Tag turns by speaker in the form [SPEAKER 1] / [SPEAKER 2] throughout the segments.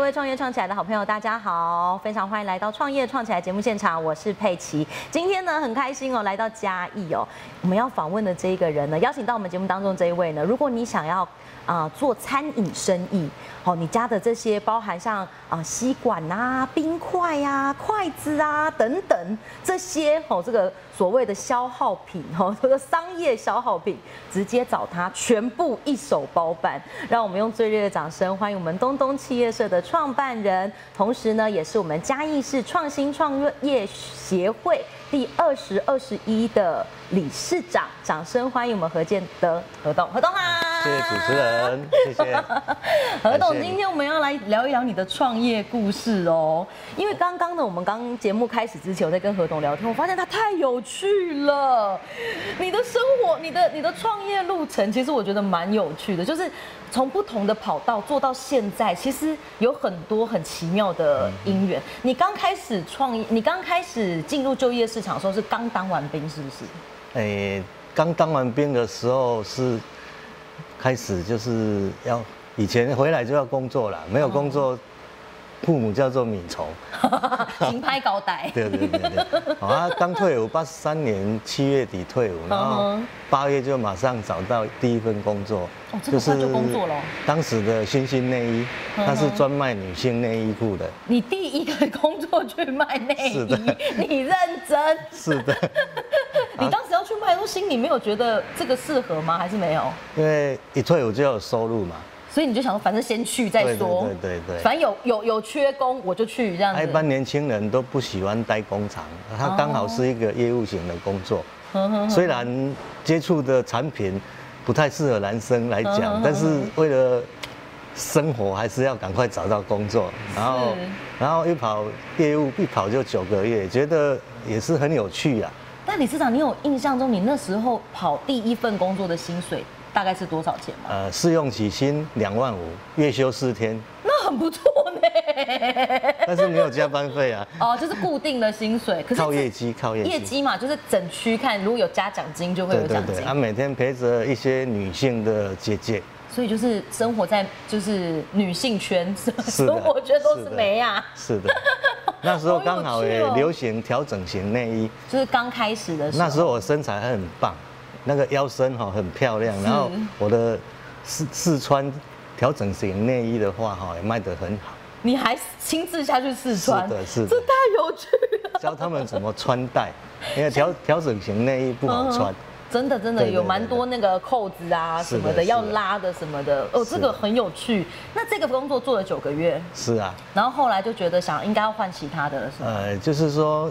[SPEAKER 1] 位创业创起来的好朋友，大家好，非常欢迎来到《创业创起来》节目现场，我是佩奇。今天呢，很开心哦，来到嘉义哦，我们要访问的这一个人呢，邀请到我们节目当中这一位呢，如果你想要啊、做餐饮生意，哦，你家的这些包含像啊、吸管啊、冰块啊、筷子啊等等这些哦，这个所谓的消耗品哦， 这个商业消耗品，直接找他全部一手包办。让我们用最热烈的掌声欢迎我们东东企业社的创办人，同时呢，也是我们嘉义市创新创业协会第二十二十一的理事长。掌声欢迎我们何建德何董，何董好，
[SPEAKER 2] 谢谢主持。人， 谢谢。
[SPEAKER 1] 何董
[SPEAKER 2] 感，谢你
[SPEAKER 1] 今天我们要来聊一聊你的创业故事哦。因为刚刚呢，我们刚节目开始之前，我在跟何董聊天，我发现他太有趣了。你的生活，你的你的创业路程，其实我觉得蛮有趣的，就是从不同的跑道做到现在，其实有很多很奇妙的因缘。
[SPEAKER 2] 嗯
[SPEAKER 1] 你刚开始创业，你刚开始进入就业市场的时候是刚当完兵，是 不是？
[SPEAKER 2] 诶，哎刚当完兵的时候是开始就是要以前回来就要工作了，没有工作，父母叫做米虫。
[SPEAKER 1] 行拍高歹。
[SPEAKER 2] 对对对对，好啊，刚退伍，八三年七月底退 伍，然后
[SPEAKER 1] 嗯哼
[SPEAKER 2] 八月就马上找到第一份工作
[SPEAKER 1] 哦，这么快就工作了哦
[SPEAKER 2] 当时的星星内衣，它是专卖女性内衣裤的，
[SPEAKER 1] 你第一个工作去卖内衣
[SPEAKER 2] 是的，
[SPEAKER 1] 你认真。
[SPEAKER 2] 是的。
[SPEAKER 1] 你当时要去卖，都心里没有觉得这个适合吗？还是没有？
[SPEAKER 2] 因为一退伍就有收入嘛，
[SPEAKER 1] 所以你就想说，反正先去再说。
[SPEAKER 2] 对对对对对
[SPEAKER 1] 反正有有有缺工，我就去这样
[SPEAKER 2] 啊一
[SPEAKER 1] 子。
[SPEAKER 2] 般年轻人都不喜欢待工厂，它刚好是一个业务型的工作。
[SPEAKER 1] 哦
[SPEAKER 2] 虽然接触的产品不太适合男生来
[SPEAKER 1] 嗯
[SPEAKER 2] 讲，但是为了生活还是要赶快找到工作。然后，然后一跑业务一跑就九个月，觉得也是很有趣啊。
[SPEAKER 1] 但李市长，你有印象中你那时候跑第一份工作的薪水大概是多少钱吗？
[SPEAKER 2] 呃，试用起薪两万五，月休四天，
[SPEAKER 1] 那很不错呢。
[SPEAKER 2] 但是没有加班费啊，
[SPEAKER 1] 哦，就是固定的薪水，可是
[SPEAKER 2] 靠业绩，靠业绩。
[SPEAKER 1] 业绩嘛，就是整区看，如果有加奖金就会有
[SPEAKER 2] 对对啊
[SPEAKER 1] 奖
[SPEAKER 2] 对，
[SPEAKER 1] 金
[SPEAKER 2] 他、。每天陪着一些女性的姐姐。
[SPEAKER 1] 所以就是生活在就是女性圈，
[SPEAKER 2] 是 的
[SPEAKER 1] 生活圈都是美啊，
[SPEAKER 2] 是的， 那时候刚好也流行调整型内衣，
[SPEAKER 1] 就是啊刚开始的时候。
[SPEAKER 2] 那时候我身材还很棒，那个腰身哈很漂亮，然后我的试试穿调整型内衣的话哈也卖得很好，
[SPEAKER 1] 你还亲自下去试穿，
[SPEAKER 2] 是的是的
[SPEAKER 1] 这太有趣啊了。
[SPEAKER 2] 教他们怎么穿戴，因为调调整型内衣不好穿。
[SPEAKER 1] 嗯真的真的
[SPEAKER 2] 对对对
[SPEAKER 1] 有蛮多那个扣子啊什
[SPEAKER 2] 是的
[SPEAKER 1] 么的
[SPEAKER 2] 是的
[SPEAKER 1] 要拉的什么的，哦，
[SPEAKER 2] 是的
[SPEAKER 1] 这个很有趣。那这个工作做了九个月，
[SPEAKER 2] 是啊，
[SPEAKER 1] 然后后来就觉得想应该要换其他的了，是吗？
[SPEAKER 2] 呃，就是说。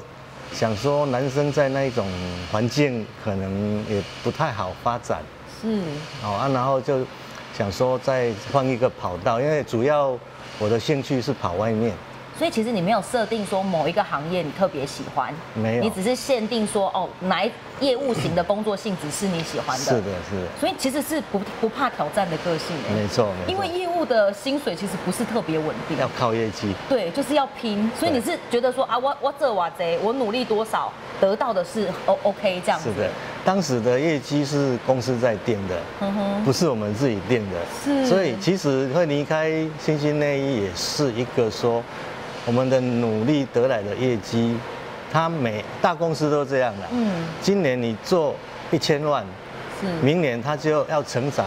[SPEAKER 2] 想说男生在那一种环境可能也不太好发展，
[SPEAKER 1] 是，
[SPEAKER 2] 哦啊，然后就想说再换一个跑道，因为主要我的兴趣是跑外面，
[SPEAKER 1] 所以其实你没有设定说某一个行业你特别喜欢，
[SPEAKER 2] 没有
[SPEAKER 1] 你只是限定说哦哪一业务型的工作性质是你喜欢的，
[SPEAKER 2] 是的，是的，
[SPEAKER 1] 所以其实是不不怕挑战的个性哎，
[SPEAKER 2] 没错没错
[SPEAKER 1] 因为业务的薪水其实不是特别稳定，
[SPEAKER 2] 要靠业绩，
[SPEAKER 1] 对，就是要拼，所以你是觉得说啊，我我这哇贼，我努力多少，得到的是 O OK 这样子
[SPEAKER 2] 是，的。当时的业绩是公司在定的，
[SPEAKER 1] 嗯
[SPEAKER 2] 不是我们自己定的，
[SPEAKER 1] 是
[SPEAKER 2] 所以其实会离开新兴内衣也是一个说，我们的努力得来的业绩，它每大公司都这样的。
[SPEAKER 1] 嗯
[SPEAKER 2] 今年你做一千万，
[SPEAKER 1] 是
[SPEAKER 2] 明年它就要成长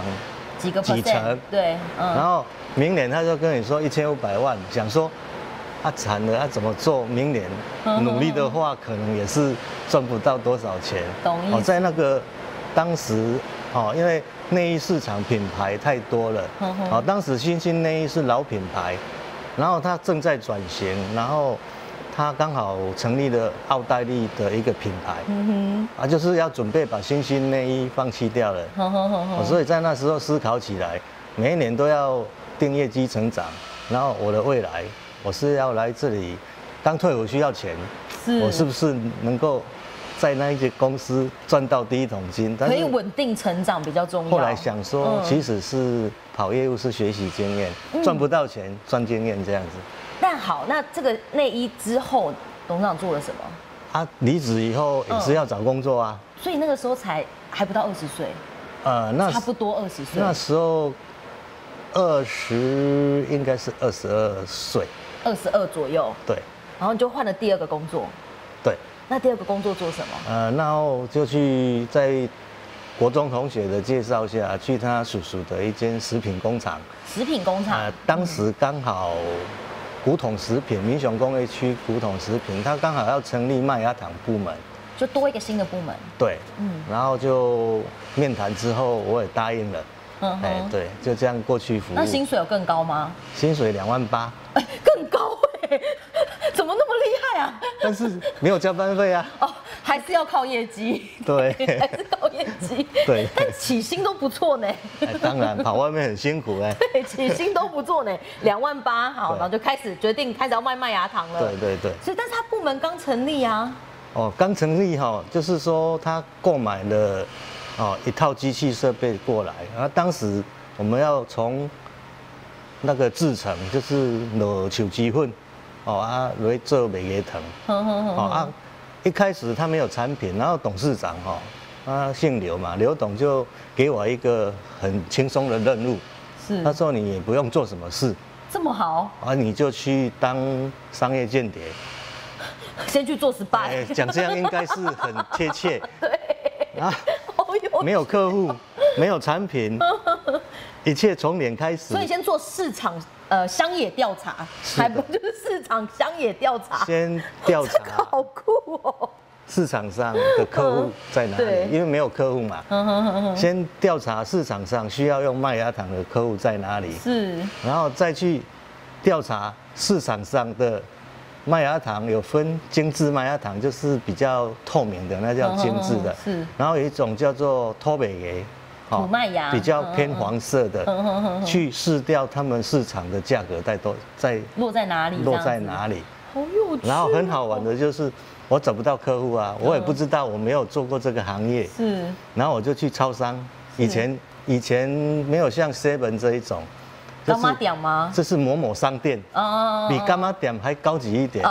[SPEAKER 1] 几个
[SPEAKER 2] 几
[SPEAKER 1] percent，
[SPEAKER 2] 成
[SPEAKER 1] 对，
[SPEAKER 2] 然
[SPEAKER 1] 嗯，
[SPEAKER 2] 后明年他就跟你说一千五百万，想说啊惨了，啊怎么做？明年
[SPEAKER 1] 嗯
[SPEAKER 2] 努力的话，可能也是赚不到多少钱。
[SPEAKER 1] 懂意思
[SPEAKER 2] 哦，在那个当时哦，因为内衣市场品牌太多了
[SPEAKER 1] 嗯，哼
[SPEAKER 2] 哦，当时新兴内衣是老品牌，然后它正在转型，然后它刚好成立了奥黛丽的一个品牌，
[SPEAKER 1] 嗯
[SPEAKER 2] 啊，就是要准备把新兴内衣放弃掉了。
[SPEAKER 1] 哼，哼哼哼
[SPEAKER 2] 哦
[SPEAKER 1] 哼，
[SPEAKER 2] 所以在那时候思考起来，每一年都要定业绩成长，然后我的未来，我是要来这里，刚退伍需要钱，
[SPEAKER 1] 是
[SPEAKER 2] 我是不是能够在那一些公司赚到第一桶金？但
[SPEAKER 1] 可以
[SPEAKER 2] 是
[SPEAKER 1] 稳定成长比较重要。
[SPEAKER 2] 后来想说，
[SPEAKER 1] 嗯
[SPEAKER 2] 其实是跑业务是学习经验，赚不到钱赚经验这样子。
[SPEAKER 1] 那好，那这个内衣之后，董事长做了什么？
[SPEAKER 2] 啊，离职以后也是要找工作啊，
[SPEAKER 1] 所以那个嗯时候才还不到二十岁，
[SPEAKER 2] 呃，那
[SPEAKER 1] 差不多二十岁，
[SPEAKER 2] 那时候二十应该是二十二岁，
[SPEAKER 1] 二十二左右，
[SPEAKER 2] 对
[SPEAKER 1] 然后你就换了第二个工作。
[SPEAKER 2] 对，
[SPEAKER 1] 那第二个工作做什么？
[SPEAKER 2] 呃，然后就去在国中同学的介绍下去他叔叔的一间食品工厂，
[SPEAKER 1] 食品工厂。
[SPEAKER 2] 呃，当时刚好古董食品民雄工业区古董食品，他刚好要成立麦芽糖部门，
[SPEAKER 1] 就多一个新的部门。
[SPEAKER 2] 对，
[SPEAKER 1] 嗯
[SPEAKER 2] 然后就面谈之后我也答应了，
[SPEAKER 1] 嗯哼
[SPEAKER 2] 哎，对，就这样过去服务
[SPEAKER 1] 那，薪水有更高吗？
[SPEAKER 2] 薪水两万八，
[SPEAKER 1] 哎，更高哎、怎么那么厉害啊？
[SPEAKER 2] 但是没有加班费啊，
[SPEAKER 1] 哦，还是要靠业绩，
[SPEAKER 2] 对。
[SPEAKER 1] 还是靠业绩。
[SPEAKER 2] 对
[SPEAKER 1] 但起薪都不错呢，
[SPEAKER 2] 哎，当然跑外面很辛苦哎、
[SPEAKER 1] 对，起薪都不错呢，两万八好，
[SPEAKER 2] 对
[SPEAKER 1] 然后就开始决定开始要卖麦芽糖了。
[SPEAKER 2] 对对对，
[SPEAKER 1] 所以，但是他部门刚成立啊，
[SPEAKER 2] 哦，刚成立哈、就是说他购买了哦一套机器设备过来，然后当时我们要从那个制成，就是裸手机混，哦啊来做美椰藤，
[SPEAKER 1] 哼哼哼
[SPEAKER 2] 哦啊，一开始他没有产品，然后董事长哈、他姓刘嘛，刘董就给我一个很轻松的任务，
[SPEAKER 1] 是
[SPEAKER 2] 他说你也不用做什么事，
[SPEAKER 1] 这么好，
[SPEAKER 2] 啊你就去当商业间谍。
[SPEAKER 1] 先去做 SPA，、
[SPEAKER 2] 哎，讲这样应该是很贴切。对啊，
[SPEAKER 1] 哦哟，
[SPEAKER 2] 没有客户，没有产品，一切从零开始
[SPEAKER 1] 所以。先做市场呃乡野调查，
[SPEAKER 2] 是的
[SPEAKER 1] 还不就是市场乡野调查？
[SPEAKER 2] 先调
[SPEAKER 1] 这个
[SPEAKER 2] 查
[SPEAKER 1] 好酷哦！
[SPEAKER 2] 市场上的客户在哪
[SPEAKER 1] 对嗯
[SPEAKER 2] 里，因为没有客户嘛。先调查市场上需要用麦芽糖的客户在哪里，
[SPEAKER 1] 是
[SPEAKER 2] 然后再去调查市场上的麦芽糖有分精致麦芽糖，就是比较透明的，那叫精致的
[SPEAKER 1] 嗯。是
[SPEAKER 2] 然后有一种叫做脱北爷，
[SPEAKER 1] 土麦芽嗯
[SPEAKER 2] 比较偏黄色的，去试掉他们市场的价格在多在
[SPEAKER 1] 落在哪里？
[SPEAKER 2] 落在哪
[SPEAKER 1] 里？
[SPEAKER 2] 里。
[SPEAKER 1] 好有趣、
[SPEAKER 2] 然后很好玩。的就是，我找不到客户啊，我也不知道，我没有做过这个行业，
[SPEAKER 1] 嗯是
[SPEAKER 2] 然后我就去超商。以前以前没有像 Seven 这一种，
[SPEAKER 1] 干妈点吗？
[SPEAKER 2] 这是某某商店，
[SPEAKER 1] 啊
[SPEAKER 2] 比干妈点还高级一点，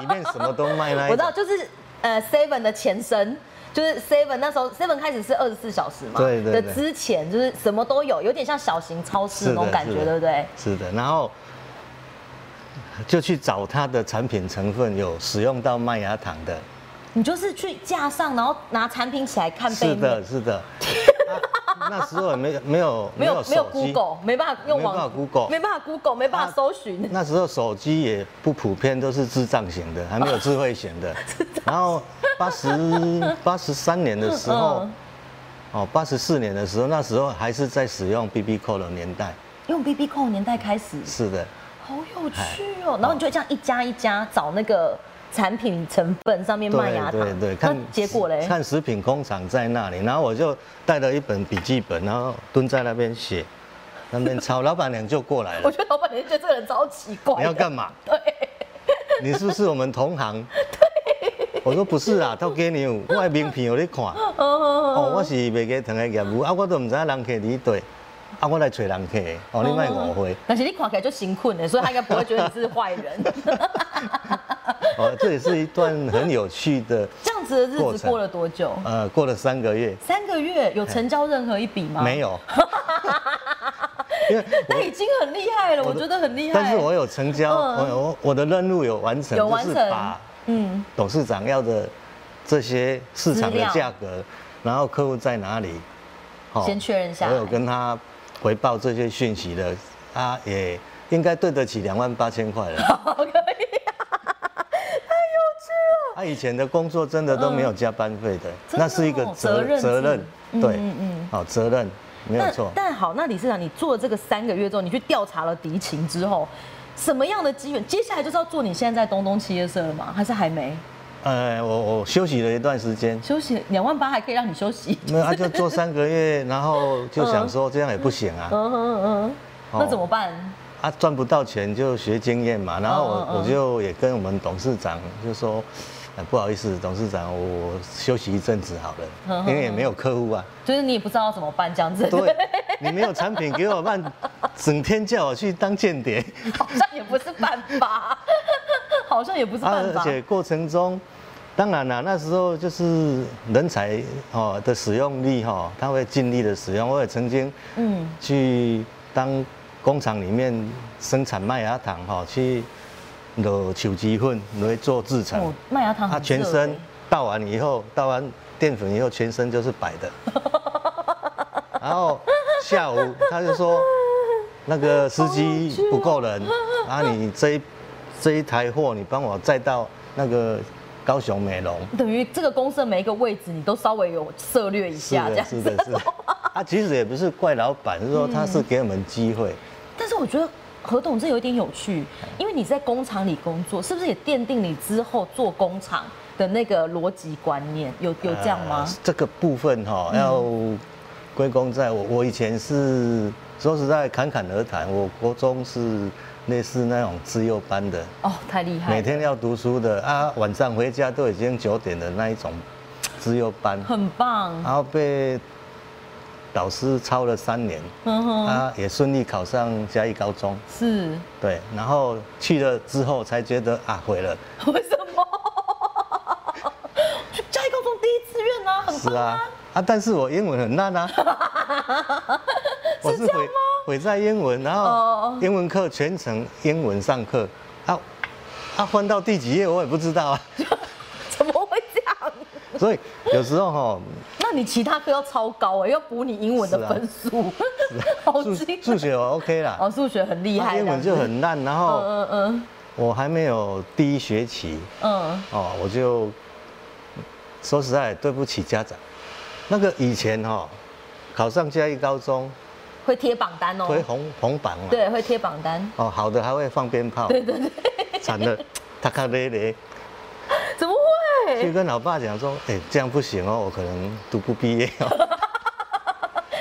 [SPEAKER 2] 里面什么都卖那
[SPEAKER 1] 我
[SPEAKER 2] 一
[SPEAKER 1] 知
[SPEAKER 2] 种
[SPEAKER 1] 道，。就是呃 Seven 的前身。就是 Seven 那时候，Seven 开始是二十四小时嘛，
[SPEAKER 2] 对对对
[SPEAKER 1] 的之前就是什么都有，有点像小型超市那种感觉，对不对？？
[SPEAKER 2] 是的，然后就去找它的产品成分有使用到麦芽糖的，
[SPEAKER 1] 你就是去架上，然后拿产品起来看背
[SPEAKER 2] 是
[SPEAKER 1] 面，
[SPEAKER 2] 的，是的。啊那时候也没有没有
[SPEAKER 1] 没有没有
[SPEAKER 2] 手机，
[SPEAKER 1] Google，没办法用网，
[SPEAKER 2] 没办法 Google
[SPEAKER 1] 没办法 Google，没办法
[SPEAKER 2] 啊
[SPEAKER 1] 搜寻，
[SPEAKER 2] 那时候手机也不普遍，都是智障型的，还没有智慧型 的。然后八十八十三年的时候
[SPEAKER 1] 嗯，
[SPEAKER 2] 哦，八十四年的时候，那时候还是在使用 BB 扣的年代，
[SPEAKER 1] 用 BB 扣年代开始，
[SPEAKER 2] 是的。
[SPEAKER 1] 好有趣哦。然后你就这样一家一家找那个产品成分上面麦芽糖，
[SPEAKER 2] 对对对，
[SPEAKER 1] 那结果嘞？
[SPEAKER 2] 看食品工厂在那里，然后我就带了一本笔记本，然后蹲在那边写，那边抄，老板娘就过来
[SPEAKER 1] 我
[SPEAKER 2] 了。
[SPEAKER 1] 觉得老板娘觉得这个人超奇怪的，
[SPEAKER 2] 你要干嘛？
[SPEAKER 1] 对，
[SPEAKER 2] 你是不是我们同行？我说不是啊，都给你有我的名片有你看。哦，我是卖鸡糖的业务，啊，我都唔知道人客你对，啊，我来找人客的，哦，你莫误会，
[SPEAKER 1] 但是你看起来就贫困的，所以他应该不会觉得你是坏人。
[SPEAKER 2] 哦，这也是一段很有趣的，
[SPEAKER 1] 这样子的日子过了多久？
[SPEAKER 2] 呃，过了三个月
[SPEAKER 1] 三个月有成交任何一笔吗？
[SPEAKER 2] 没
[SPEAKER 1] 有，
[SPEAKER 2] 有，因为我
[SPEAKER 1] 那已经很厉害了，我觉得很厉害。
[SPEAKER 2] 但是我有成交，
[SPEAKER 1] 嗯
[SPEAKER 2] 我我我的任务有完成，
[SPEAKER 1] 有完成
[SPEAKER 2] 就是把
[SPEAKER 1] 嗯，
[SPEAKER 2] 董事长要的这些市场
[SPEAKER 1] 资
[SPEAKER 2] 的
[SPEAKER 1] 料
[SPEAKER 2] 价格，然后客户在哪里，好
[SPEAKER 1] 先确认下来
[SPEAKER 2] 我有跟他回报这些讯息的，他也应该对得起两万八千块 了。
[SPEAKER 1] 好可以。
[SPEAKER 2] 他以前的工作真的都没有加班费的，
[SPEAKER 1] 嗯真的
[SPEAKER 2] 那是一个
[SPEAKER 1] 哦责
[SPEAKER 2] 责
[SPEAKER 1] 任制
[SPEAKER 2] 责任，对
[SPEAKER 1] 嗯，嗯
[SPEAKER 2] 好责任没有
[SPEAKER 1] 但
[SPEAKER 2] 错。
[SPEAKER 1] 但好，那理事长，你做了这个三个月之后，你去调查了敌情之后，什么样的机缘？接下来就是要做你现在在东东企业社了吗？还是还没
[SPEAKER 2] 呃，我我休息了一段时间，
[SPEAKER 1] 休息？两万八还可以让你休息？
[SPEAKER 2] 没有，他就做三个月，然后就想说这样也不行啊，
[SPEAKER 1] 嗯嗯嗯，那怎么办？
[SPEAKER 2] 啊，赚不到钱就学经验嘛。然后我、
[SPEAKER 1] 嗯嗯嗯
[SPEAKER 2] 我就也跟我们董事长就说，呃不好意思，董事长，我我休息一阵子好了，
[SPEAKER 1] 嗯嗯
[SPEAKER 2] 因为也没有客户 啊。
[SPEAKER 1] 就是你也不知道要怎么办，这样子，
[SPEAKER 2] 对，你没有产品给我办，整天叫我去当 间谍
[SPEAKER 1] 好像也不是办法， 好像也不是
[SPEAKER 2] 啊！
[SPEAKER 1] 办
[SPEAKER 2] 而
[SPEAKER 1] 法。
[SPEAKER 2] 且过程中，当然啦、那时候就是人才哦的使用率哈、哦，他会尽力的使用。我也曾经
[SPEAKER 1] 嗯，
[SPEAKER 2] 去当工厂里面生产麦芽糖哈，去揉手机混来做制成。
[SPEAKER 1] 哦，麦芽糖
[SPEAKER 2] 它
[SPEAKER 1] 很
[SPEAKER 2] 啊全
[SPEAKER 1] 热
[SPEAKER 2] 身
[SPEAKER 1] 欸
[SPEAKER 2] 倒完以后，倒完淀粉以后，全身就是白 的。然后下午他就说，那个司机不够 人，啊，你这一这一台货你帮我载到那个高雄美容。
[SPEAKER 1] 等于这个公司的每一个位置，你都稍微有涉略一
[SPEAKER 2] 是
[SPEAKER 1] 下这
[SPEAKER 2] 的，
[SPEAKER 1] 样
[SPEAKER 2] 是
[SPEAKER 1] 子。
[SPEAKER 2] 的，是的。啊，其实也不是怪老板，是说他是给我们机会。
[SPEAKER 1] 但是我觉得何董这有点有趣，因为你在工厂里工作，是不是也奠定你之后做工厂的那个逻辑观念？有有这样吗嗯
[SPEAKER 2] 呃？这个部分哈、要归功在我，我以前是说实在侃侃而谈，我国中是类似那种自幼班的，
[SPEAKER 1] 哦，太厉害
[SPEAKER 2] 每
[SPEAKER 1] 了，
[SPEAKER 2] 天要读书的啊，晚上回家都已经九点的那一种自幼班，
[SPEAKER 1] 很棒。
[SPEAKER 2] 然后被导师抄了三年，
[SPEAKER 1] 嗯哼，
[SPEAKER 2] 啊，也顺利考上嘉义高中，
[SPEAKER 1] 是
[SPEAKER 2] 对，然后去了之后才觉得啊，毁了，
[SPEAKER 1] 为什么？去嘉义高中第一志愿 啊，很
[SPEAKER 2] 是
[SPEAKER 1] 棒
[SPEAKER 2] 啊
[SPEAKER 1] 啊。，
[SPEAKER 2] 啊，但是我英文很烂啊，啊 我是毁毁在英文，然
[SPEAKER 1] 哦
[SPEAKER 2] 后英文课全程英文上课，啊啊，翻到第几页我也不知道 啊，
[SPEAKER 1] 怎么会这样？
[SPEAKER 2] 所以有时候哈、
[SPEAKER 1] 那你其他科要超高哎、要补你英文的
[SPEAKER 2] 是啊
[SPEAKER 1] 分数，好
[SPEAKER 2] 数
[SPEAKER 1] 惊啊
[SPEAKER 2] 数学我 OK 啦，
[SPEAKER 1] 哦，数学很厉
[SPEAKER 2] 啊
[SPEAKER 1] 害，
[SPEAKER 2] 英文就很烂，然
[SPEAKER 1] 这
[SPEAKER 2] 后
[SPEAKER 1] 样子，嗯
[SPEAKER 2] 我还没有第一学期
[SPEAKER 1] 嗯嗯
[SPEAKER 2] 哦，我就说实在对不起家长，那个以前哈、考上嘉义高中
[SPEAKER 1] 嗯，会贴榜单哦，
[SPEAKER 2] 会红红榜嘛，
[SPEAKER 1] 对，会贴榜单，
[SPEAKER 2] 哦，好的还会放鞭炮，对对对，惨了，他看咧咧，
[SPEAKER 1] 怎么
[SPEAKER 2] 就
[SPEAKER 1] 会？
[SPEAKER 2] 跟老爸讲说，哎、这样不行哦，我可能读不毕 业哦。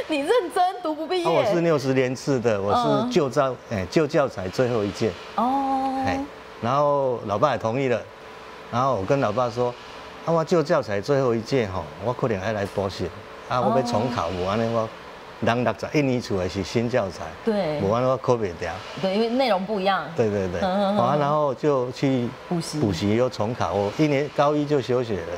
[SPEAKER 1] 你认真读不毕业？
[SPEAKER 2] 啊、我是六十年次的，我
[SPEAKER 1] 嗯
[SPEAKER 2] 是旧教，哎、旧教材最后一届，哎、
[SPEAKER 1] 哦，
[SPEAKER 2] 然后老爸也同意了，然后我跟老爸说，啊，我旧教材最后一届吼，我可能还来补习，啊，我要重考，无安尼我人六十一年出的是新教材，
[SPEAKER 1] 对
[SPEAKER 2] 无安尼我考袂掉，
[SPEAKER 1] 对，因为内容不一样，
[SPEAKER 2] 对对对，
[SPEAKER 1] 嗯嗯嗯
[SPEAKER 2] 啊，然后就去
[SPEAKER 1] 补习
[SPEAKER 2] 补习又重考，我一年高一就休学了。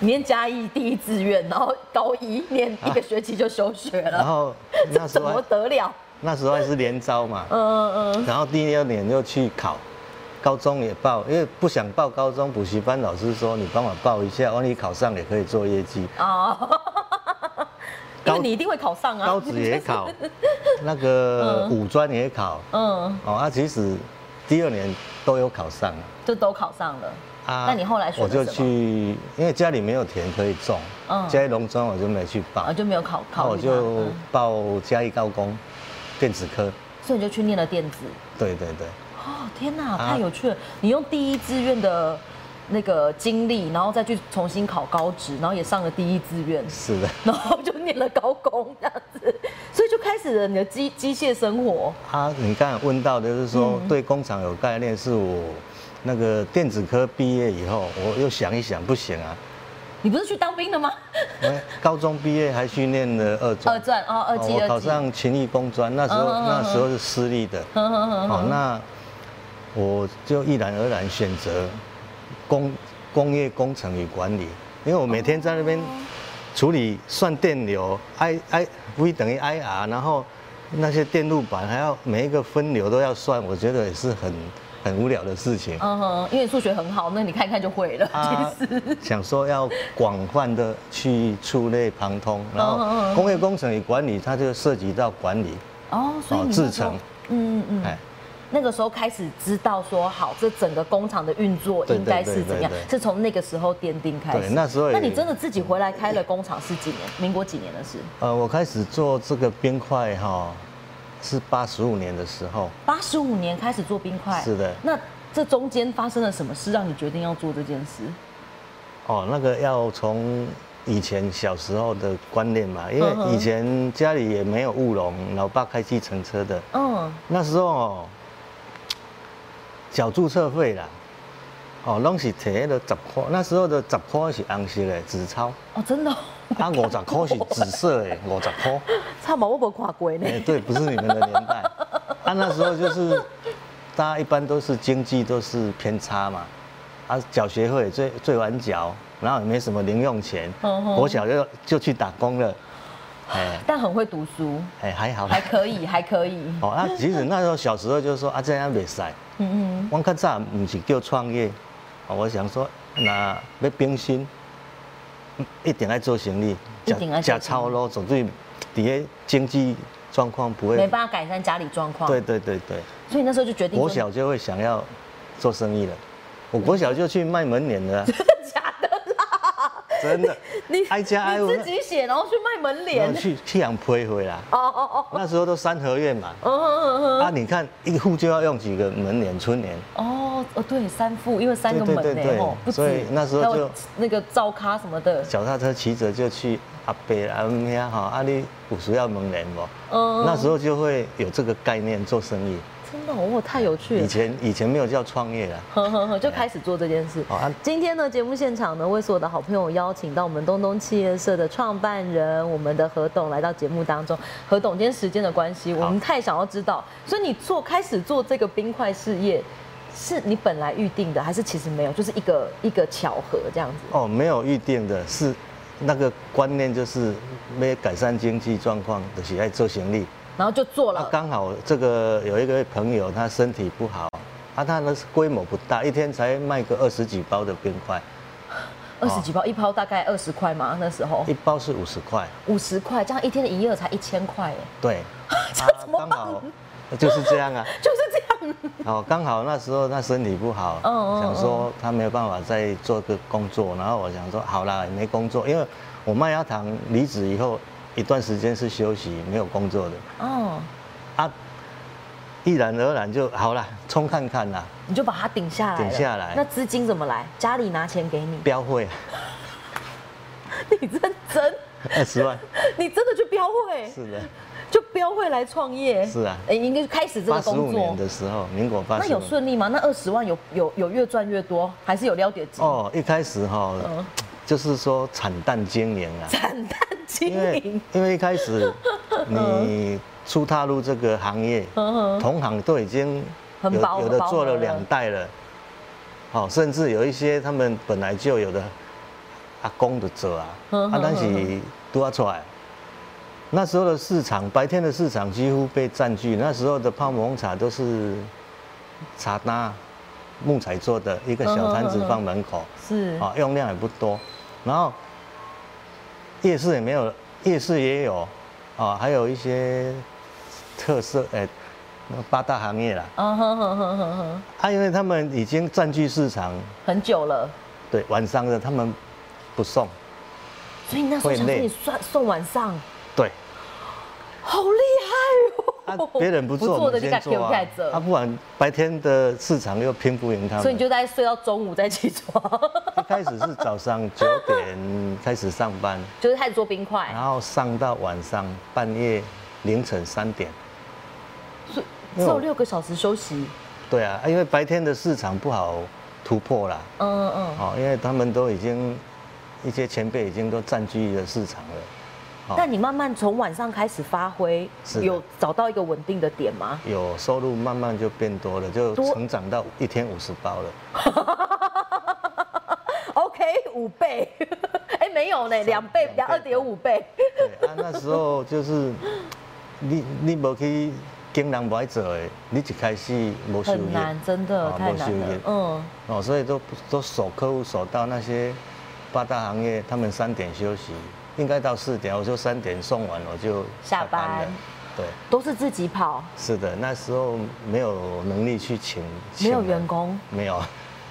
[SPEAKER 1] 念嘉义第一志愿，然后高一念一个学期就休学
[SPEAKER 2] 然
[SPEAKER 1] 了，
[SPEAKER 2] 后那时
[SPEAKER 1] 呃怎
[SPEAKER 2] 候
[SPEAKER 1] 么
[SPEAKER 2] 还
[SPEAKER 1] 得了？
[SPEAKER 2] 那时候还是连招嘛，
[SPEAKER 1] 嗯嗯
[SPEAKER 2] 然后第二年又去考，高中也报，因为不想报高中补习班，老师说你帮我报一下，万一考上也可以做业绩。
[SPEAKER 1] 嗯， 哦，因
[SPEAKER 2] 高
[SPEAKER 1] 为你一定会考上啊，
[SPEAKER 2] 高职也考，那个五专也考，
[SPEAKER 1] 嗯，
[SPEAKER 2] 哦，啊，其实第二年都有考上
[SPEAKER 1] 就都考上了。
[SPEAKER 2] 啊。
[SPEAKER 1] 那你后来选
[SPEAKER 2] 我
[SPEAKER 1] 了什么
[SPEAKER 2] 就去，因为家里没有田可以种
[SPEAKER 1] 嗯，
[SPEAKER 2] 嘉义农庄我就没去报
[SPEAKER 1] 啊，，就没有考
[SPEAKER 2] 那
[SPEAKER 1] 考
[SPEAKER 2] 我
[SPEAKER 1] 虑它
[SPEAKER 2] 就
[SPEAKER 1] 嗯
[SPEAKER 2] 报嘉义高工电子科，
[SPEAKER 1] 所以你就去念了电子。
[SPEAKER 2] 对对对。
[SPEAKER 1] 哦，天哪，
[SPEAKER 2] 啊
[SPEAKER 1] 太有趣了！你用第一志愿的那个经历，然后再去重新考高职，然后也上了第一志 愿，
[SPEAKER 2] 是的，
[SPEAKER 1] 然后就念了高工这样子，所以就开始了你的机机械生活。
[SPEAKER 2] 啊，你刚才问到的就是说、
[SPEAKER 1] 嗯
[SPEAKER 2] 对工厂有概念，是我那个电子科毕业以后，我又想一想，不行 啊，
[SPEAKER 1] 你不是去当兵的吗？
[SPEAKER 2] 因为高中毕业还训练了二专，
[SPEAKER 1] 二战哦，二
[SPEAKER 2] 哦
[SPEAKER 1] 级
[SPEAKER 2] 我
[SPEAKER 1] 二
[SPEAKER 2] 考
[SPEAKER 1] 级。
[SPEAKER 2] 上勤力工专，那时候、
[SPEAKER 1] 嗯嗯嗯
[SPEAKER 2] 那时候是私立的，
[SPEAKER 1] 呵呵呵
[SPEAKER 2] 哦，那我就毅然而然选择工工业工程与管理，因为我每天在那边处理算电流，I I V 等于 I R，然后那些电路板还要每一个分流都要算，我觉得也是很很无聊的事情。
[SPEAKER 1] 嗯哼，因为你数学很好，那你看一看就会了。
[SPEAKER 2] 啊
[SPEAKER 1] 其实，
[SPEAKER 2] 想说要广泛的去触类旁通，然
[SPEAKER 1] 嗯嗯
[SPEAKER 2] 后
[SPEAKER 1] 嗯
[SPEAKER 2] 工业工程与管理，它就涉及到管理，
[SPEAKER 1] 哦，所以你
[SPEAKER 2] 哦
[SPEAKER 1] 那时候
[SPEAKER 2] 制程，
[SPEAKER 1] 嗯嗯
[SPEAKER 2] 哎。
[SPEAKER 1] 那个时候开始知道说，好，这整个工厂的运作
[SPEAKER 2] 对
[SPEAKER 1] 应该是怎样
[SPEAKER 2] 对对对，对
[SPEAKER 1] 是从那个时候奠定开始。
[SPEAKER 2] 对那时候也
[SPEAKER 1] 那你真的自己回来开了工厂是几年？民国几年的事？
[SPEAKER 2] 呃，我开始做这个冰块哈、是八十五年的时候，
[SPEAKER 1] 八十五年开始做冰块，
[SPEAKER 2] 是的
[SPEAKER 1] 那这中间发生了什么事，让你决定要做这件事？
[SPEAKER 2] 哦，那个要从以前小时候的观念嘛，因
[SPEAKER 1] 嗯哼
[SPEAKER 2] 为以前家里也没有务农，老爸开计程车的，
[SPEAKER 1] 嗯，
[SPEAKER 2] 那时候哦，缴注册费啦，哦，拢是摕迄个十块，那时候的十块是红色的纸钞，
[SPEAKER 1] 哦，真的哦，
[SPEAKER 2] 啊，五十块是紫色的，五十块。
[SPEAKER 1] 差毛我没跨过呢
[SPEAKER 2] 哎、。对，不是你们的年代。啊，那时候就是大家一般都是经济都是偏差嘛，啊，缴学费也最最晚缴，然后也没什么零用钱，
[SPEAKER 1] 嗯哼
[SPEAKER 2] 我小就就去打工了。哎
[SPEAKER 1] 但很会读 书，
[SPEAKER 2] 哎还好。
[SPEAKER 1] 还可以，还可以。
[SPEAKER 2] 哦啊，其实那时候小时候就说啊，这样袂使。
[SPEAKER 1] 嗯
[SPEAKER 2] 我较早唔是叫创业，哦我想说，那要冰心，一定要做生意，
[SPEAKER 1] 一定要做生意
[SPEAKER 2] 吃操咯，总对伫个经济状况不
[SPEAKER 1] 嗯，没
[SPEAKER 2] 会。
[SPEAKER 1] 办法改善家里状况。
[SPEAKER 2] 对，对对对，
[SPEAKER 1] 所以那时候就决定说。
[SPEAKER 2] 国 小就会想要做生意了。我国小就去卖门脸 了啊，
[SPEAKER 1] 假的啦！，
[SPEAKER 2] 真的
[SPEAKER 1] 你
[SPEAKER 2] 挨家挨户
[SPEAKER 1] 你自己写，然后去卖门
[SPEAKER 2] 然
[SPEAKER 1] 脸
[SPEAKER 2] 后。去去养批回来。
[SPEAKER 1] 哦哦哦
[SPEAKER 2] 那时候都三合院嘛，
[SPEAKER 1] 哦哦
[SPEAKER 2] 啊，你看一户就要用几个门脸、春联，
[SPEAKER 1] 哦哦，对，三副，因为三个门
[SPEAKER 2] 对对对
[SPEAKER 1] 呢，
[SPEAKER 2] 对
[SPEAKER 1] 哦，不止
[SPEAKER 2] 所以那时候
[SPEAKER 1] 还有
[SPEAKER 2] 就
[SPEAKER 1] 那个照咖什么的，
[SPEAKER 2] 脚踏车骑着就去阿伯阿姆遐哈，啊你有需要门脸不？
[SPEAKER 1] 嗯
[SPEAKER 2] 那时候就会有这个概念做生意。
[SPEAKER 1] 真的哦哇，太有趣了
[SPEAKER 2] 以。前以前没有叫创业啦，
[SPEAKER 1] 呵呵呵，就开始做这件事
[SPEAKER 2] 好啊。
[SPEAKER 1] 今天呢，节目现场呢，为所有的好朋友邀请到我们东东企业社的创办人，我们的何董来到节目当中。何董，今天时间的关系，
[SPEAKER 2] 好
[SPEAKER 1] 我们太想要知道，所以你做开始做这个冰块事业，是你本来预定的，还是其实没有，就是一个一个巧合这样子？
[SPEAKER 2] 哦，没有预定的是那个观念，就是为改善经济状况，就是爱做生意。
[SPEAKER 1] 然后就做
[SPEAKER 2] 啊
[SPEAKER 1] 了，。
[SPEAKER 2] 刚好这个有一个朋友，他身体不好，啊，他那是规模不大，一天才卖个二十几包的冰块，
[SPEAKER 1] 二十几包，一包大概二十块嘛，那时 候
[SPEAKER 2] 一包是五十块，
[SPEAKER 1] 五十块，这样一天的营业额才一千块，哎，
[SPEAKER 2] 对，啊
[SPEAKER 1] 这怎么
[SPEAKER 2] 刚
[SPEAKER 1] 办？
[SPEAKER 2] 好就是这样啊。
[SPEAKER 1] 就是这样。
[SPEAKER 2] 哦，刚好那时候他身体不好，
[SPEAKER 1] 嗯嗯嗯
[SPEAKER 2] 想说他没有办法再做个工作，然后我想说好啦，也没工作，因为我麦芽糖离职以后一段时间是休息，没有工作的
[SPEAKER 1] 哦，
[SPEAKER 2] 啊，毅然而然就好啦，冲看看啦，
[SPEAKER 1] 你就把它顶下来了。
[SPEAKER 2] 顶下来
[SPEAKER 1] 那资金怎么来？家里拿钱给你，
[SPEAKER 2] 标会
[SPEAKER 1] 你认真，
[SPEAKER 2] 二十万，
[SPEAKER 1] 你真的去标会，
[SPEAKER 2] 是的，
[SPEAKER 1] 就标会来创业。
[SPEAKER 2] 是啊
[SPEAKER 1] 哎，应该开始这
[SPEAKER 2] 八
[SPEAKER 1] 个
[SPEAKER 2] 十五
[SPEAKER 1] 工
[SPEAKER 2] 年
[SPEAKER 1] 作。
[SPEAKER 2] 的时候，民国八
[SPEAKER 1] 那
[SPEAKER 2] 十
[SPEAKER 1] 有
[SPEAKER 2] 五。
[SPEAKER 1] 顺利吗？那二十万有有有越赚越多，还是有撩点金？
[SPEAKER 2] 哦，一开始哈、
[SPEAKER 1] 嗯
[SPEAKER 2] 就是说惨淡经营啊，
[SPEAKER 1] 惨淡经
[SPEAKER 2] 因为
[SPEAKER 1] 营，
[SPEAKER 2] 因为一开始你初踏入这个行业，
[SPEAKER 1] 嗯哼
[SPEAKER 2] 同行都已经
[SPEAKER 1] 很
[SPEAKER 2] 有
[SPEAKER 1] 饱
[SPEAKER 2] 有的
[SPEAKER 1] 饱
[SPEAKER 2] 做
[SPEAKER 1] 和
[SPEAKER 2] 了
[SPEAKER 1] 了
[SPEAKER 2] 两代了，好、甚至有一些他们本来就有的阿公的做啊，
[SPEAKER 1] 嗯
[SPEAKER 2] 啊，但
[SPEAKER 1] 嗯
[SPEAKER 2] 是都要出来。那时候的市场，白天的市场几乎被占据。那时候的泡沫红茶都是茶搭木材做的，一个小摊
[SPEAKER 1] 嗯嗯
[SPEAKER 2] 子
[SPEAKER 1] 嗯嗯
[SPEAKER 2] 放门口。
[SPEAKER 1] 是
[SPEAKER 2] 啊，用量也不多。然后夜市也没有，夜市也有啊，还有一些特色哎、那个八大行业啦。
[SPEAKER 1] 啊，哼哼哼哼哼，
[SPEAKER 2] 啊，因为他们已经占据市场，
[SPEAKER 1] 很久了。
[SPEAKER 2] 对晚上的他们不送，
[SPEAKER 1] 所以那时候
[SPEAKER 2] 会
[SPEAKER 1] 想说
[SPEAKER 2] 累
[SPEAKER 1] 你算送晚上，
[SPEAKER 2] 对，
[SPEAKER 1] 好厉害
[SPEAKER 2] 啊
[SPEAKER 1] 哦！
[SPEAKER 2] 别人不做，
[SPEAKER 1] 不做
[SPEAKER 2] 我
[SPEAKER 1] 的
[SPEAKER 2] 们
[SPEAKER 1] 你敢
[SPEAKER 2] 先
[SPEAKER 1] 给
[SPEAKER 2] 做
[SPEAKER 1] 我
[SPEAKER 2] 啊
[SPEAKER 1] 盖着，
[SPEAKER 2] 啊，不然白天的市场又拼不赢他们。
[SPEAKER 1] 所以你就大概睡到中午再起床，
[SPEAKER 2] 一开始是早上九点开始上班，
[SPEAKER 1] 就是开始做冰块
[SPEAKER 2] 然。后上到晚上半夜凌晨三点。
[SPEAKER 1] 所以只有六个小时休息。
[SPEAKER 2] 对啊，因为白天的市场不好突破啦，
[SPEAKER 1] 嗯嗯。
[SPEAKER 2] 哦，因为他们都已经一些前辈已经都占据了市场了，哦
[SPEAKER 1] 但你慢慢从晚上开始发挥，
[SPEAKER 2] 是的
[SPEAKER 1] 有找到一个稳定的点吗？
[SPEAKER 2] 有收入慢慢就变多了，就成长到一天五十包了，
[SPEAKER 1] OK，五倍， 哎、没有呢，两倍，两
[SPEAKER 2] 啊两
[SPEAKER 1] 二
[SPEAKER 2] 倍
[SPEAKER 1] 点五倍，
[SPEAKER 2] 对 啊，那时候就是你你无去经人不爱做的，你一开始无收
[SPEAKER 1] 很
[SPEAKER 2] 入，
[SPEAKER 1] 难，真的、
[SPEAKER 2] 啊
[SPEAKER 1] 太
[SPEAKER 2] 没
[SPEAKER 1] 难
[SPEAKER 2] 收
[SPEAKER 1] 了
[SPEAKER 2] 益。
[SPEAKER 1] 嗯，
[SPEAKER 2] 哦，所以都都守客户守到那些八大行业，他们三点休息，应该到四点，我就三点送完我就
[SPEAKER 1] 下班
[SPEAKER 2] 了，对。
[SPEAKER 1] 都是自己跑，
[SPEAKER 2] 是的，那时候没有能力去请，
[SPEAKER 1] 没
[SPEAKER 2] 请
[SPEAKER 1] 有
[SPEAKER 2] 人
[SPEAKER 1] 员，工。
[SPEAKER 2] 没有，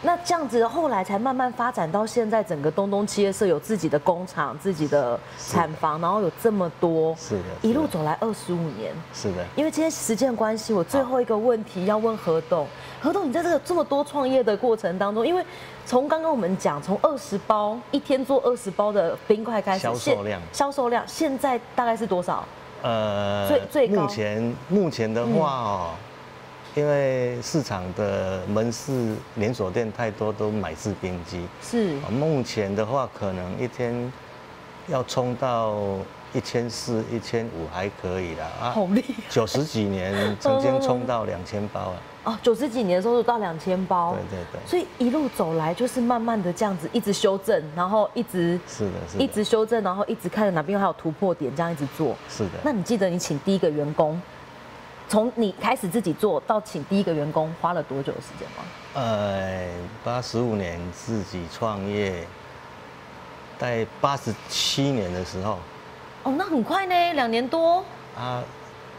[SPEAKER 1] 那这样子后来才慢慢发展到现在，整个东东企业社有自己的工厂、自己的
[SPEAKER 2] 是的
[SPEAKER 1] 产房，然后有这么多，
[SPEAKER 2] 是的
[SPEAKER 1] 一路
[SPEAKER 2] 是的
[SPEAKER 1] 走来二十五年。
[SPEAKER 2] 是的，
[SPEAKER 1] 因为今天时间关系，我最后一个问题要问何董。何董，你在这个这么多创业的过程当中，因为从刚刚我们讲，从二十包一天做二十包的冰块开始，
[SPEAKER 2] 销售
[SPEAKER 1] 现
[SPEAKER 2] 量
[SPEAKER 1] 销售量现在大概是多少？
[SPEAKER 2] 呃，
[SPEAKER 1] 最最高嗯
[SPEAKER 2] 目前目前的话哦，因为市场的门市连锁店太多，都买制冰机，
[SPEAKER 1] 是
[SPEAKER 2] 哦目前的话可能一天要冲到一千四、一千五还可以啦啊
[SPEAKER 1] 好厉害
[SPEAKER 2] 九十几年曾经冲到两千包啊，
[SPEAKER 1] 哦，九十几年的时候就到两千包，
[SPEAKER 2] 对对对
[SPEAKER 1] 所以一路走来就是慢慢的这样子一直修正，然后一直
[SPEAKER 2] 是的，是的，
[SPEAKER 1] 一直修正，然后一直看着哪边还有突破点，这样一直做。
[SPEAKER 2] 是
[SPEAKER 1] 那
[SPEAKER 2] 的，
[SPEAKER 1] 你记得你请第一个员工，从你开始自己做到请第一个员工花了多久的时间吗？
[SPEAKER 2] 呃，八十五年自己创业，在八十七年的时候
[SPEAKER 1] 哦，那很快呢，两年多。
[SPEAKER 2] 啊，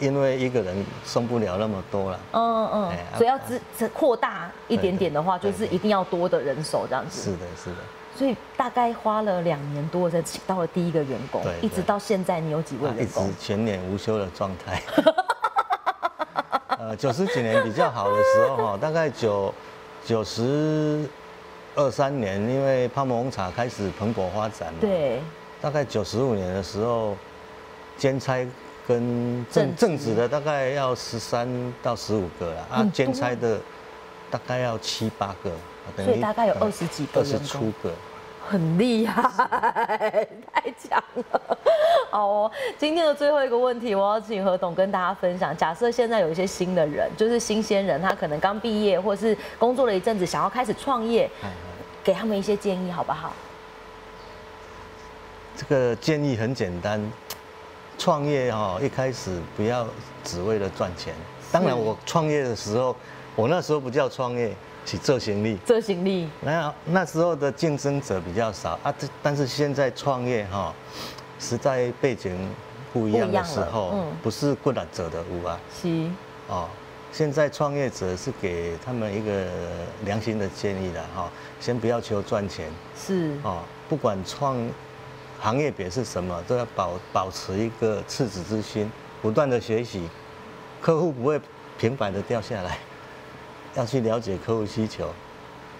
[SPEAKER 2] 因为一个人送不了那么多了，
[SPEAKER 1] 嗯嗯
[SPEAKER 2] 哎，啊
[SPEAKER 1] 所以要支支扩大一点点的话，
[SPEAKER 2] 对
[SPEAKER 1] 就
[SPEAKER 2] 对
[SPEAKER 1] 是一定要多的人手这样
[SPEAKER 2] 是
[SPEAKER 1] 子。
[SPEAKER 2] 的，是的。
[SPEAKER 1] 所以大概花了两年多才请到了第一个员工
[SPEAKER 2] 对，对
[SPEAKER 1] 一直到现在你有几位
[SPEAKER 2] 啊一
[SPEAKER 1] 员
[SPEAKER 2] 直
[SPEAKER 1] 工？
[SPEAKER 2] 全年无休的状态。呃，九十几年比较好的时候哈，大概九九十二三年，因为泡沫红茶开始蓬勃发展嘛。。
[SPEAKER 1] 对，
[SPEAKER 2] 大概九十五年的时候，兼差跟
[SPEAKER 1] 正职
[SPEAKER 2] 正正职的大概要十三到十五个了
[SPEAKER 1] 很
[SPEAKER 2] 啊
[SPEAKER 1] 多，
[SPEAKER 2] 兼差的大概要七八个，啊等呃
[SPEAKER 1] 所以大概有20几个
[SPEAKER 2] 二十
[SPEAKER 1] 员
[SPEAKER 2] 出
[SPEAKER 1] 工
[SPEAKER 2] 个。
[SPEAKER 1] 很厉害，太强了。好哦，今天的最后一个问题，我要请何董跟大家分享。假设现在有一些新的人，就是新鲜人，他可能刚毕业，或是工作了一阵子，想要开始创业，
[SPEAKER 2] 哎哎
[SPEAKER 1] 给他们一些建议好不好？
[SPEAKER 2] 这个建议很简单，创业哈、一开始不要只为了赚钱。当然，我创业的时候，我那时候不叫创业，去做行李。
[SPEAKER 1] 这行李
[SPEAKER 2] 那那时候的竞争者比较少啊，这但是现在创业哈、时代背景不一样的
[SPEAKER 1] 不
[SPEAKER 2] 时
[SPEAKER 1] 一
[SPEAKER 2] 候，
[SPEAKER 1] 样了嗯
[SPEAKER 2] 不是过来者的屋啊，
[SPEAKER 1] 是
[SPEAKER 2] 哦，现在创业者是给他们一个良心的建议的哈、先不要求赚钱，
[SPEAKER 1] 是
[SPEAKER 2] 哦，不管创行业别是什么，都要保保持一个赤子之心，不断的学习，客户不会平白的掉下来，要去了解客户需求，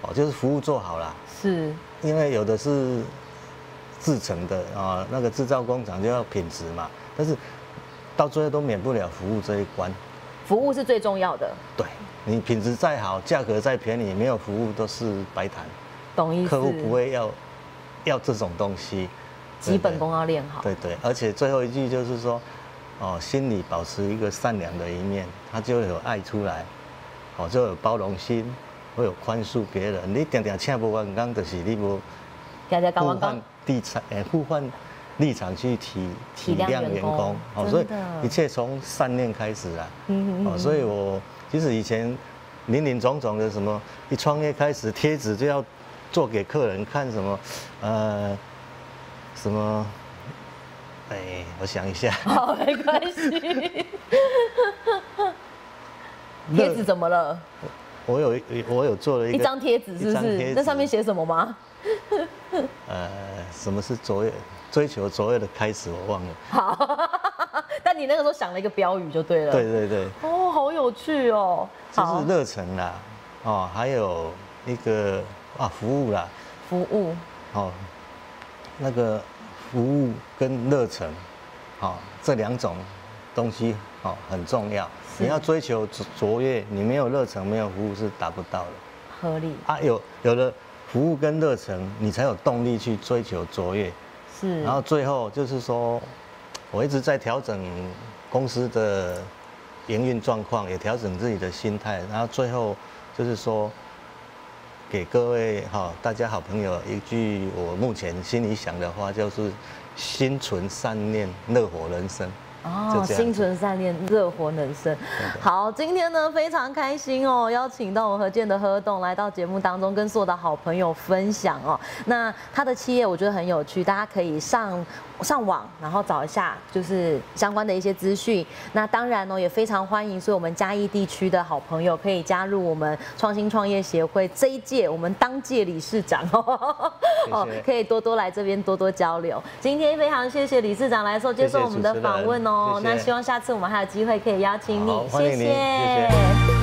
[SPEAKER 2] 哦，就是服务做好了，
[SPEAKER 1] 是
[SPEAKER 2] 因为有的是制成的啊、那个制造工厂就要品质嘛，但是到最后都免不了服务这一关，
[SPEAKER 1] 服务是最重要的，
[SPEAKER 2] 对你品质再好，价格再便宜，没有服务都是白谈，
[SPEAKER 1] 懂意思？
[SPEAKER 2] 客户不会要要这种东西。
[SPEAKER 1] 基本功要练好。
[SPEAKER 2] 对对，而且最后一句就是说，哦，心里保持一个善良的一面，他就会有爱出来，哦，就有包容心，会有宽恕别人。你点点请不完工，就是你无
[SPEAKER 1] 大家刚
[SPEAKER 2] 互
[SPEAKER 1] 刚刚
[SPEAKER 2] 换立场，诶，互换立场去体
[SPEAKER 1] 体谅员工真的
[SPEAKER 2] 哦所以一切从善念开始啦。
[SPEAKER 1] 嗯嗯
[SPEAKER 2] 哦，所以我其实以前林林总总的什么，一创业开始贴纸就要做给客人看什么，呃，什么，哎，我想一下，
[SPEAKER 1] 好，没关系。贴纸怎么了？
[SPEAKER 2] 我有我有做了一
[SPEAKER 1] 一
[SPEAKER 2] 个
[SPEAKER 1] 张贴纸是
[SPEAKER 2] 一
[SPEAKER 1] 不
[SPEAKER 2] 张贴
[SPEAKER 1] 是
[SPEAKER 2] 纸？
[SPEAKER 1] 那上面写什么吗？
[SPEAKER 2] 呃，什么是卓越追求卓越的开始，我忘了。
[SPEAKER 1] 嗯但你那个时候想了一个标语就对了。
[SPEAKER 2] 对。对对。
[SPEAKER 1] 哦，好有趣哦。
[SPEAKER 2] 就
[SPEAKER 1] 好
[SPEAKER 2] 是，热忱啦，哦，还有一个啊服务啦，
[SPEAKER 1] 服务
[SPEAKER 2] 哦，那个服务跟热忱，哦，这两种东西哦很重要。
[SPEAKER 1] 是
[SPEAKER 2] 你要追求卓卓越，你没有热忱，没有服务是达不到的
[SPEAKER 1] 合理
[SPEAKER 2] 啊。有有了服务跟热忱，你才有动力去追求卓越。
[SPEAKER 1] 是。
[SPEAKER 2] 然后最后就是说，我一直在调整公司的营运状况，也调整自己的心态。然后最后就是说，给各位哈、大家好朋友一句我目前心里想的话，就是心存善念，乐活人生。
[SPEAKER 1] 哦
[SPEAKER 2] 就这样，子
[SPEAKER 1] 心存善念，热火能生。好，今天呢非常开心哦，邀请到我何健的何董来到节目当中，跟所有的好朋友分享哦。那他的企业我觉得很有趣，大家可以上上网，然后找一下就是相关的一些资讯。那当然哦，也非常欢迎所有我们嘉义地区的好朋友可以加入我们创新创业协会这一届我们当届理事长哦，
[SPEAKER 2] 谢
[SPEAKER 1] 哦，可以多多来这边多多交流。今天非常谢谢理事长来受接受我们的访问哦。
[SPEAKER 2] 谢谢主持人
[SPEAKER 1] 那希望下次我们还有机会可以邀请你
[SPEAKER 2] 好，欢迎您谢谢
[SPEAKER 1] 谢